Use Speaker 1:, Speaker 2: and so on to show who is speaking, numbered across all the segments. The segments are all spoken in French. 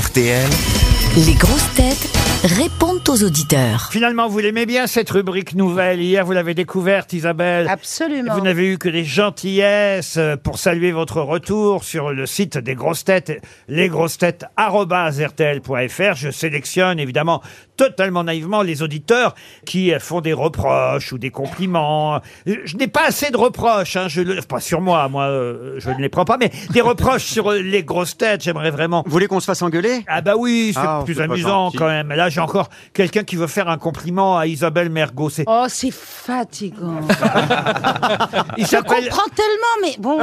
Speaker 1: RTL.
Speaker 2: Les grosses têtes répondent aux auditeurs.
Speaker 3: Finalement, vous l'aimez bien cette rubrique nouvelle. Hier, vous l'avez découverte, Isabelle.
Speaker 4: Absolument.
Speaker 3: Vous n'avez eu que des gentillesses euh, pour saluer votre retour sur le site des grosses têtes, lesgrossetêtes.rtl.fr. Je sélectionne évidemment totalement naïvement les auditeurs qui euh, font des reproches ou des compliments. Je je n'ai pas assez de reproches, hein, je le, pas sur moi, moi euh, je ne les prends pas, mais des reproches sur euh, les grosses têtes, j'aimerais vraiment.
Speaker 5: Vous voulez qu'on se fasse engueuler
Speaker 3: Ah bah oui, c'est
Speaker 5: Ah,
Speaker 3: plus
Speaker 5: c'est pas
Speaker 3: amusant
Speaker 5: gentil.
Speaker 3: quand même. Là, j'ai encore quelqu'un qui veut faire un compliment à Isabelle Mergot. C'est-
Speaker 4: Oh, c'est fatigant.
Speaker 3: Il
Speaker 4: Je
Speaker 3: s'appelle
Speaker 4: comprends tellement, mais bon.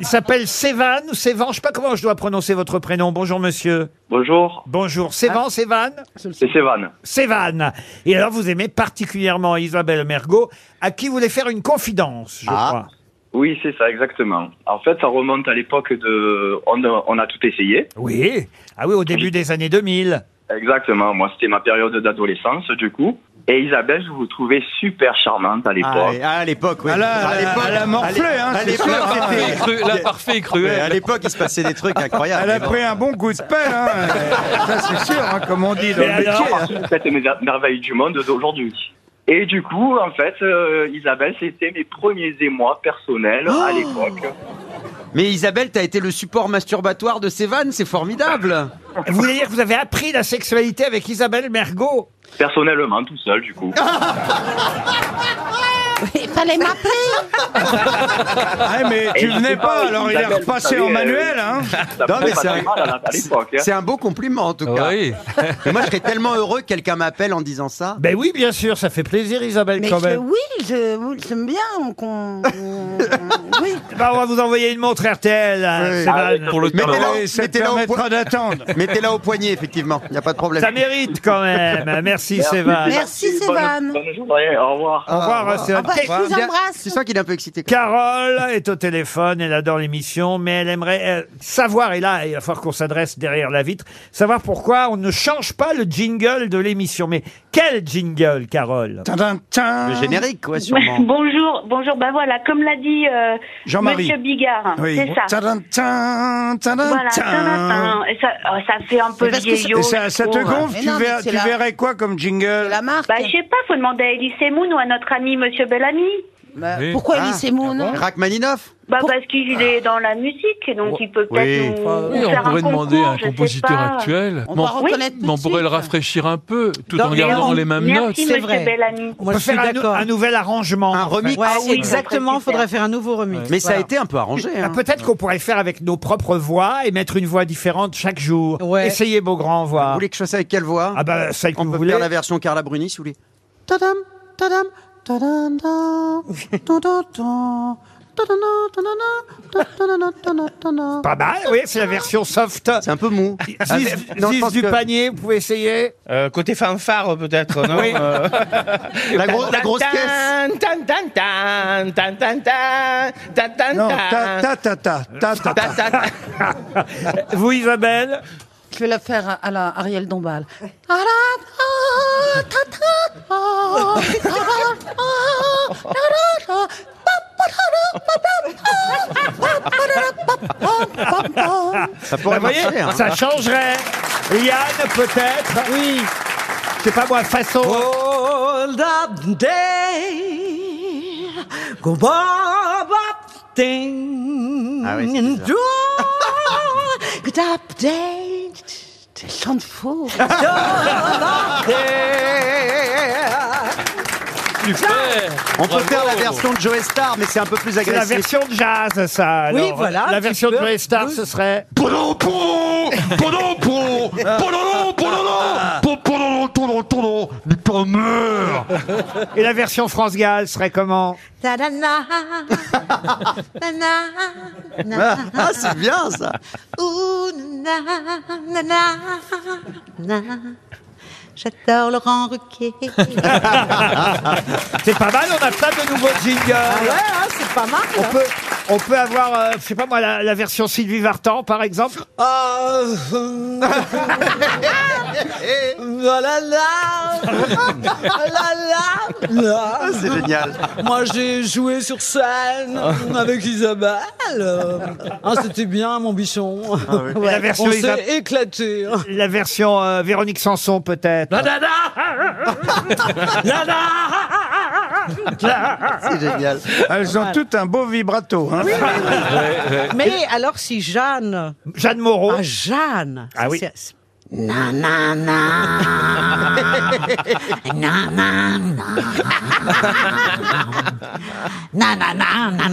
Speaker 3: il s'appelle Sévan ou Sévan, je sais pas comment je dois prononcer votre prénom. Bonjour monsieur.
Speaker 6: Bonjour,
Speaker 3: Bonjour, Sévan, Sévan
Speaker 6: c'est Sévan.
Speaker 3: Sévan. Et alors vous aimez particulièrement Isabelle Mergot à qui vous voulez faire une confidence, je
Speaker 6: Ah.
Speaker 3: crois.
Speaker 6: Oui, c'est ça, exactement. En fait, ça remonte à l'époque de... On a, on a tout essayé.
Speaker 3: Oui. Ah oui, au début des années 2000.
Speaker 6: Exactement, moi, c'était ma période d'adolescence, du coup. Et Isabelle, je vous trouvais super charmante à
Speaker 5: ah,
Speaker 6: l'époque.
Speaker 5: et- ah, à l'époque, oui. à l'époque,
Speaker 7: elle a morflé, hein,
Speaker 5: à
Speaker 7: c'est
Speaker 5: l'époque,
Speaker 7: sûr, hein.
Speaker 5: c'était-
Speaker 8: la parfait et
Speaker 5: mais à
Speaker 8: cruel.
Speaker 5: l'époque, il se passait des trucs incroyables.
Speaker 7: Elle a
Speaker 5: Mais bon.
Speaker 7: pris un bon coup de pelle, hein. euh, ça c'est sûr, hein, comme on dit dans
Speaker 3: Mais
Speaker 7: le métier.
Speaker 3: alors
Speaker 7: hein.
Speaker 6: Cette mer- merveille du monde d'aujourd'hui. Et du coup, en fait, euh, Isabelle, c'était mes premiers émois personnels
Speaker 7: Oh.
Speaker 6: à l'époque.
Speaker 5: Mais Isabelle, t'as été le support masturbatoire de Sévan, c'est formidable.
Speaker 3: Vous voulez dire que vous avez appris la sexualité avec Isabelle Mergot
Speaker 6: Personnellement, tout seul, du coup.
Speaker 7: Ah,
Speaker 4: Il fallait m'appeler.
Speaker 7: Ah, mais tu
Speaker 6: Et je sais
Speaker 7: venais pas,
Speaker 6: oui,
Speaker 7: alors il est
Speaker 6: Isabelle,
Speaker 7: repassé
Speaker 6: vous
Speaker 7: en
Speaker 6: savez,
Speaker 7: manuel,
Speaker 6: euh,
Speaker 7: hein.
Speaker 6: Ça
Speaker 5: Non,
Speaker 6: faisait
Speaker 5: mais
Speaker 6: pas
Speaker 5: c'est
Speaker 6: très mal à, à l'époque. hein.
Speaker 5: C'est un beau compliment en tout cas.
Speaker 8: Oui.
Speaker 5: Et moi, je serais tellement heureux que quelqu'un m'appelle en disant ça.
Speaker 3: Ben oui, bien sûr, ça fait plaisir Isabelle
Speaker 4: Mais
Speaker 3: quand
Speaker 4: je-
Speaker 3: même.
Speaker 4: oui, je vous- j'aime bien qu'on. oui.
Speaker 3: Bah, on va vous envoyer une montre RTL, hein,
Speaker 5: Oui.
Speaker 7: Ah
Speaker 3: Sévan.
Speaker 6: Avec-
Speaker 8: Pour le temps.
Speaker 5: Mettez-la
Speaker 7: Et ça te
Speaker 5: mettez-la au,
Speaker 7: permettra d'attendre.
Speaker 5: po- mettez-la au poignet, effectivement. Il n'y a pas de problème.
Speaker 3: Ça mérite quand même. Merci Sévan.
Speaker 4: Merci,
Speaker 6: Bonne-
Speaker 4: Sévan.
Speaker 6: Bonne journée, au revoir.
Speaker 3: Au revoir
Speaker 4: Ah
Speaker 3: Sévan.
Speaker 4: bah, je vous
Speaker 5: Bien.
Speaker 4: embrasse.
Speaker 5: Tu sens qu'il est un peu excité. quand
Speaker 3: Carole est au téléphone, elle adore l'émission, mais elle aimerait euh, savoir, et là, il va falloir qu'on s'adresse derrière la vitre, savoir pourquoi on ne change pas le jingle de l'émission. Mais quel jingle, Carole
Speaker 7: Tadam,
Speaker 5: même.
Speaker 7: tadam.
Speaker 5: Le générique, quoi, sûrement.
Speaker 9: bonjour, bonjour. Ben voilà, comme l'a dit euh,
Speaker 7: Jean-Marie.
Speaker 9: Monsieur Bigard,
Speaker 7: Oui.
Speaker 9: c'est ça.
Speaker 7: Tadam, tadam, tadam,
Speaker 9: Voilà, ça,
Speaker 7: tadam.
Speaker 9: ça, ça, oh, ça fait un peu
Speaker 4: Mais parce que
Speaker 9: vieillot.
Speaker 7: Et ça, ça te
Speaker 9: je trouve.
Speaker 7: gonfle,
Speaker 4: Mais
Speaker 7: tu,
Speaker 4: non, mais
Speaker 7: verras-
Speaker 4: c'est
Speaker 7: tu
Speaker 4: la-
Speaker 7: verrais quoi comme jingle
Speaker 4: La marque.
Speaker 9: Bah, je sais pas, faut demander à Elie Semoun ou à notre ami Monsieur Bellamy.
Speaker 4: Bah,
Speaker 8: Oui.
Speaker 4: Pourquoi
Speaker 5: Ah,
Speaker 4: Elise et Moon
Speaker 5: Rachmaninoff
Speaker 9: Bah,
Speaker 4: Pour-
Speaker 9: parce qu'il
Speaker 7: Ah.
Speaker 9: est dans la musique, donc il peut
Speaker 5: Oui.
Speaker 9: peut-être nous,
Speaker 8: Enfin, oui,
Speaker 9: nous
Speaker 8: on
Speaker 9: faire
Speaker 8: pourrait
Speaker 9: un concours,
Speaker 8: demander à un
Speaker 9: je sais
Speaker 8: compositeur
Speaker 9: pas.
Speaker 8: actuel.
Speaker 4: On va
Speaker 8: Mais on-
Speaker 4: reconnaître tout
Speaker 8: mais on
Speaker 4: de
Speaker 8: pourrait
Speaker 4: suite.
Speaker 8: le rafraîchir un peu, tout
Speaker 10: Non,
Speaker 8: en
Speaker 10: mais
Speaker 8: gardant
Speaker 10: on-
Speaker 8: les mêmes notes.
Speaker 9: Merci
Speaker 10: C'est
Speaker 9: Monsieur
Speaker 10: vrai.
Speaker 9: Bellamy.
Speaker 3: On
Speaker 10: Moi,
Speaker 3: peut
Speaker 10: je suis
Speaker 3: faire un, nou-
Speaker 10: d'accord.
Speaker 3: un nouvel arrangement.
Speaker 5: Un remix
Speaker 10: Ouais,
Speaker 9: Ah oui,
Speaker 10: exactement,
Speaker 9: ça serait
Speaker 10: faudrait faire un nouveau remix.
Speaker 5: Mais ça a
Speaker 10: Voilà.
Speaker 5: été un peu arrangé.
Speaker 3: Ah,
Speaker 5: hein.
Speaker 3: Peut-être qu'on pourrait le faire avec nos propres voix et mettre une voix différente chaque jour.
Speaker 10: Ouais.
Speaker 3: Essayez, Beaugrand,
Speaker 5: Vous
Speaker 3: voir.
Speaker 5: voulez que je fasse avec quelle voix
Speaker 3: Ah bah, celle que
Speaker 5: On
Speaker 3: vous
Speaker 5: peut
Speaker 3: voulez.
Speaker 5: faire la version Carla Bruni, si vous voulez. Tadam, tadam, tadam, tadam, tadam, tadam, tadam, tadam, tadam, tadam.
Speaker 3: Pas mal, oui, c'est la version soft.
Speaker 5: C'est un peu mou. Ah,
Speaker 3: Ziz,
Speaker 5: mais- non, je
Speaker 3: Ziz
Speaker 5: pense
Speaker 3: du
Speaker 5: que
Speaker 3: panier, vous pouvez essayer.
Speaker 11: Euh, côté fanfare, peut-être, non
Speaker 3: Oui.
Speaker 11: Euh,
Speaker 5: La, gro- la grosse
Speaker 11: tan,
Speaker 5: caisse.
Speaker 11: tan, tan, tan, tan, tan, tan, tan, tan,
Speaker 7: Non, ta
Speaker 11: tan.
Speaker 7: ta ta ta ta ta. ta.
Speaker 11: Ta, ta, ta.
Speaker 3: Bah, Vous, Isabelle
Speaker 4: Je vais la faire à, à la Ariel Dombal. Ah, la- ah, ta- ta- ta- ah, la- ah, la- la- la-
Speaker 5: Ça pourrait
Speaker 3: Vous Bah, voyez,
Speaker 5: marcher. hein.
Speaker 3: ça changerait. Yann, peut-être. Oui. C'est pas moi, façon.
Speaker 10: Hold up day, go bob up thing,
Speaker 5: Ah oui, c'est ça.
Speaker 10: do
Speaker 4: Good update. Elle chante faux.
Speaker 8: Super.
Speaker 5: On peut
Speaker 8: Bravo.
Speaker 5: faire la version de Joe Star, mais c'est un peu plus
Speaker 3: C'est la
Speaker 5: agressif.
Speaker 3: version de jazz, ça.
Speaker 10: Oui,
Speaker 3: alors.
Speaker 10: voilà,
Speaker 3: La
Speaker 10: tu
Speaker 3: version de
Speaker 10: peux-
Speaker 3: Joey Star, ce serait. Et la version France Gall serait comment
Speaker 4: Ta-da-na, na-na, na-na,
Speaker 5: Ah, c'est bien ça.
Speaker 4: ouh, na-na, na-na, na. J'adore Laurent Ruquier.
Speaker 3: C'est pas mal, on a plein de nouveaux jingles.
Speaker 10: Ah ouais, hein, c'est pas mal.
Speaker 3: on, peut, on peut avoir, euh, je sais pas moi, la, la version Sylvie Vartan, par exemple.
Speaker 10: Ah, La la la, la la la.
Speaker 1: Ah, C'est génial.
Speaker 10: Moi, j'ai joué sur scène avec Isabelle. Euh, ah, C'était bien, mon bichon.
Speaker 11: Ah,
Speaker 3: oui. La version
Speaker 10: On
Speaker 3: Isab-
Speaker 10: s'est éclaté.
Speaker 3: La version euh, Véronique Sanson, peut-être.
Speaker 7: C'est génial. Ah, Elles ont toutes un beau vibrato. Hein.
Speaker 10: Mais alors, si Jeanne.
Speaker 3: Jeanne Moreau.
Speaker 10: Ah, Jeanne.
Speaker 7: Ah oui.
Speaker 10: C'est-
Speaker 5: Na na na. Na na na. Na na na na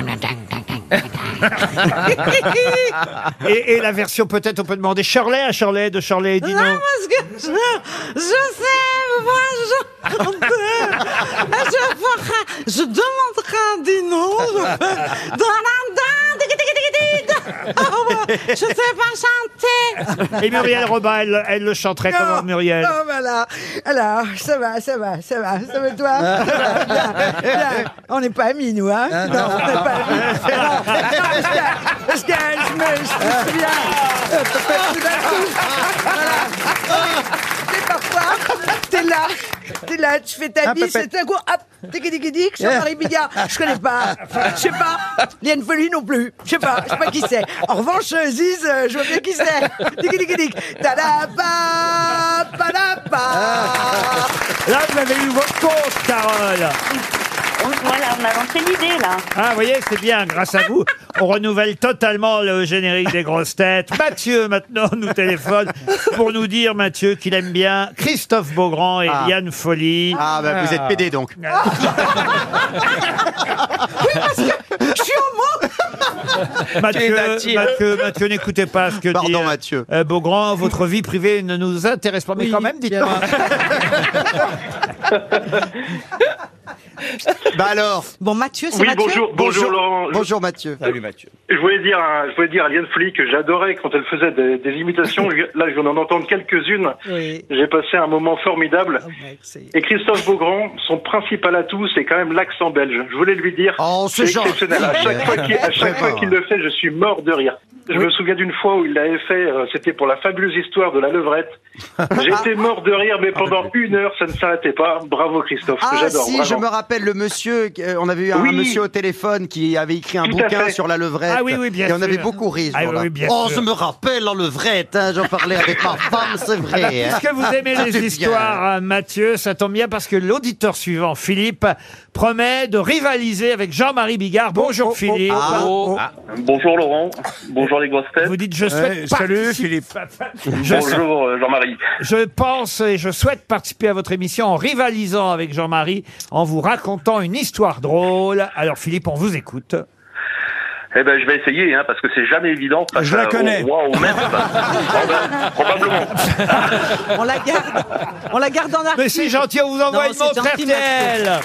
Speaker 5: na na.
Speaker 3: et, et la version, peut-être, on peut demander Shirley à Shirley de Shirley et Dino.
Speaker 10: Non, parce que je, je sais, moi, je je ferai, je demanderai à Dino, je fais dans la dinde, tigui, tigui, tigui, tigui,
Speaker 5: Oh,
Speaker 10: da. je sais pas chanter.
Speaker 3: Et Muriel Robin, elle, elle le chanterait
Speaker 10: Non,
Speaker 3: comment, Muriel
Speaker 10: Non, mais alors, alors, ça va, ça va, ça va, ça va, toi Bien, bien. On n'est pas amis, nous, hein Non, on n'est pas amis. Non, non, parce que- parce que je me je me souviens, euh, tout d'un coup, voilà. C'est parfois, t'es là, t'es là, tu fais ta
Speaker 5: Ah,
Speaker 10: vie, c'est
Speaker 5: pépette.
Speaker 10: tout d'un coup, hop, tic-tic-tic, Jean-Marie Bigard, je connais pas, je sais pas, Liane Folie non plus, je sais pas, je sais pas qui c'est. En revanche, euh, Ziz, euh, je vois bien qui c'est. Tic-tic-tic, ta-da-pa, pa-da-pa.
Speaker 3: Là, vous avez eu votre compte, Carole.
Speaker 9: Voilà, on a lancé l'idée, là.
Speaker 3: Ah, vous voyez, c'est bien, grâce à vous, on renouvelle totalement le générique des grosses têtes. Mathieu, maintenant, nous téléphone pour nous dire, Mathieu, qu'il aime bien Christophe Beaugrand et
Speaker 1: Ah.
Speaker 3: Yann Folly.
Speaker 1: Ah, bah, vous êtes pédé, donc.
Speaker 3: Ah.
Speaker 10: Je suis au monde.
Speaker 3: Mathieu,
Speaker 1: Qu'est-il
Speaker 3: Mathieu, Mathieu, n'écoutez pas ce que dit
Speaker 1: Pardon,
Speaker 3: euh,
Speaker 1: Mathieu.
Speaker 3: euh, Beaugrand. Votre vie privée ne nous intéresse pas, mais quand même, dites-moi.
Speaker 1: Bah alors.
Speaker 10: Bon, Mathieu, c'est
Speaker 6: Oui,
Speaker 10: Mathieu
Speaker 6: bonjour, bonjour, Laurent. Je-
Speaker 1: Bonjour, Mathieu.
Speaker 11: Salut Mathieu.
Speaker 6: Je voulais dire, à- je voulais dire à Liane Folie que j'adorais quand elle faisait des, des imitations. Là, je viens d'en entendre quelques-unes.
Speaker 10: Oui.
Speaker 6: J'ai passé un moment formidable.
Speaker 1: Ah
Speaker 10: Oh, mec, c'est-
Speaker 6: Et Christophe Beaugrand, son principal atout, c'est quand même l'accent belge. Je voulais lui dire,
Speaker 1: Oh,
Speaker 6: c'est
Speaker 1: c'est gentil.
Speaker 6: exceptionnel. À chaque fois qu'il, à chaque
Speaker 1: Très
Speaker 6: fois
Speaker 1: fort.
Speaker 6: qu'il le fait, je suis mort de rire. Je me souviens d'une fois où il l'avait fait, euh, c'était pour la fabuleuse histoire de la levrette. J'étais mort de rire, mais pendant une heure, ça ne s'arrêtait pas. Bravo Christophe,
Speaker 1: Ah
Speaker 6: j'adore.
Speaker 1: si,
Speaker 6: vraiment.
Speaker 1: je me rappelle le monsieur, euh, on avait eu un
Speaker 6: Oui.
Speaker 1: monsieur au téléphone qui avait écrit un
Speaker 6: Tout à
Speaker 1: bouquin
Speaker 6: fait.
Speaker 1: sur la levrette.
Speaker 3: Ah oui, oui, bien
Speaker 1: Et on
Speaker 3: sûr.
Speaker 1: avait beaucoup ri ce
Speaker 3: Ah oui,
Speaker 1: jour-là.
Speaker 3: oui, bien
Speaker 1: oh,
Speaker 3: sûr.
Speaker 1: je me rappelle la levrette, hein, j'en parlais avec ma femme, c'est
Speaker 3: Ah bah,
Speaker 1: vrai. hein.
Speaker 3: puisque vous aimez
Speaker 1: Ah, c'est
Speaker 3: les
Speaker 1: bien.
Speaker 3: histoires, euh, Mathieu, ça tombe bien parce que l'auditeur suivant, Philippe, promet de rivaliser avec Jean-Marie Bigard. Bonjour Philippe. Ah,
Speaker 1: Ah,
Speaker 8: Oh,
Speaker 6: Bonjour Laurent, bonjour les grosses têtes,
Speaker 3: Vous dites je souhaite
Speaker 7: Ouais,
Speaker 3: participer-
Speaker 7: salut, Philippe.
Speaker 3: je,
Speaker 6: bonjour euh, Jean-Marie.
Speaker 3: je pense et je souhaite participer à votre émission en rivalisant avec Jean-Marie, en vous racontant une histoire drôle. Alors Philippe, on vous écoute.
Speaker 6: Eh ben, je vais essayer, hein, parce que c'est jamais évident. face
Speaker 7: Je la
Speaker 6: à-
Speaker 7: connais.
Speaker 6: Au roi, au maître. Proba- probablement.
Speaker 10: On la garde, on la garde en arrière.
Speaker 3: Mais c'est gentil, on vous envoie
Speaker 10: Non,
Speaker 3: une
Speaker 10: c'est
Speaker 3: montre
Speaker 10: gentil,
Speaker 3: RTL.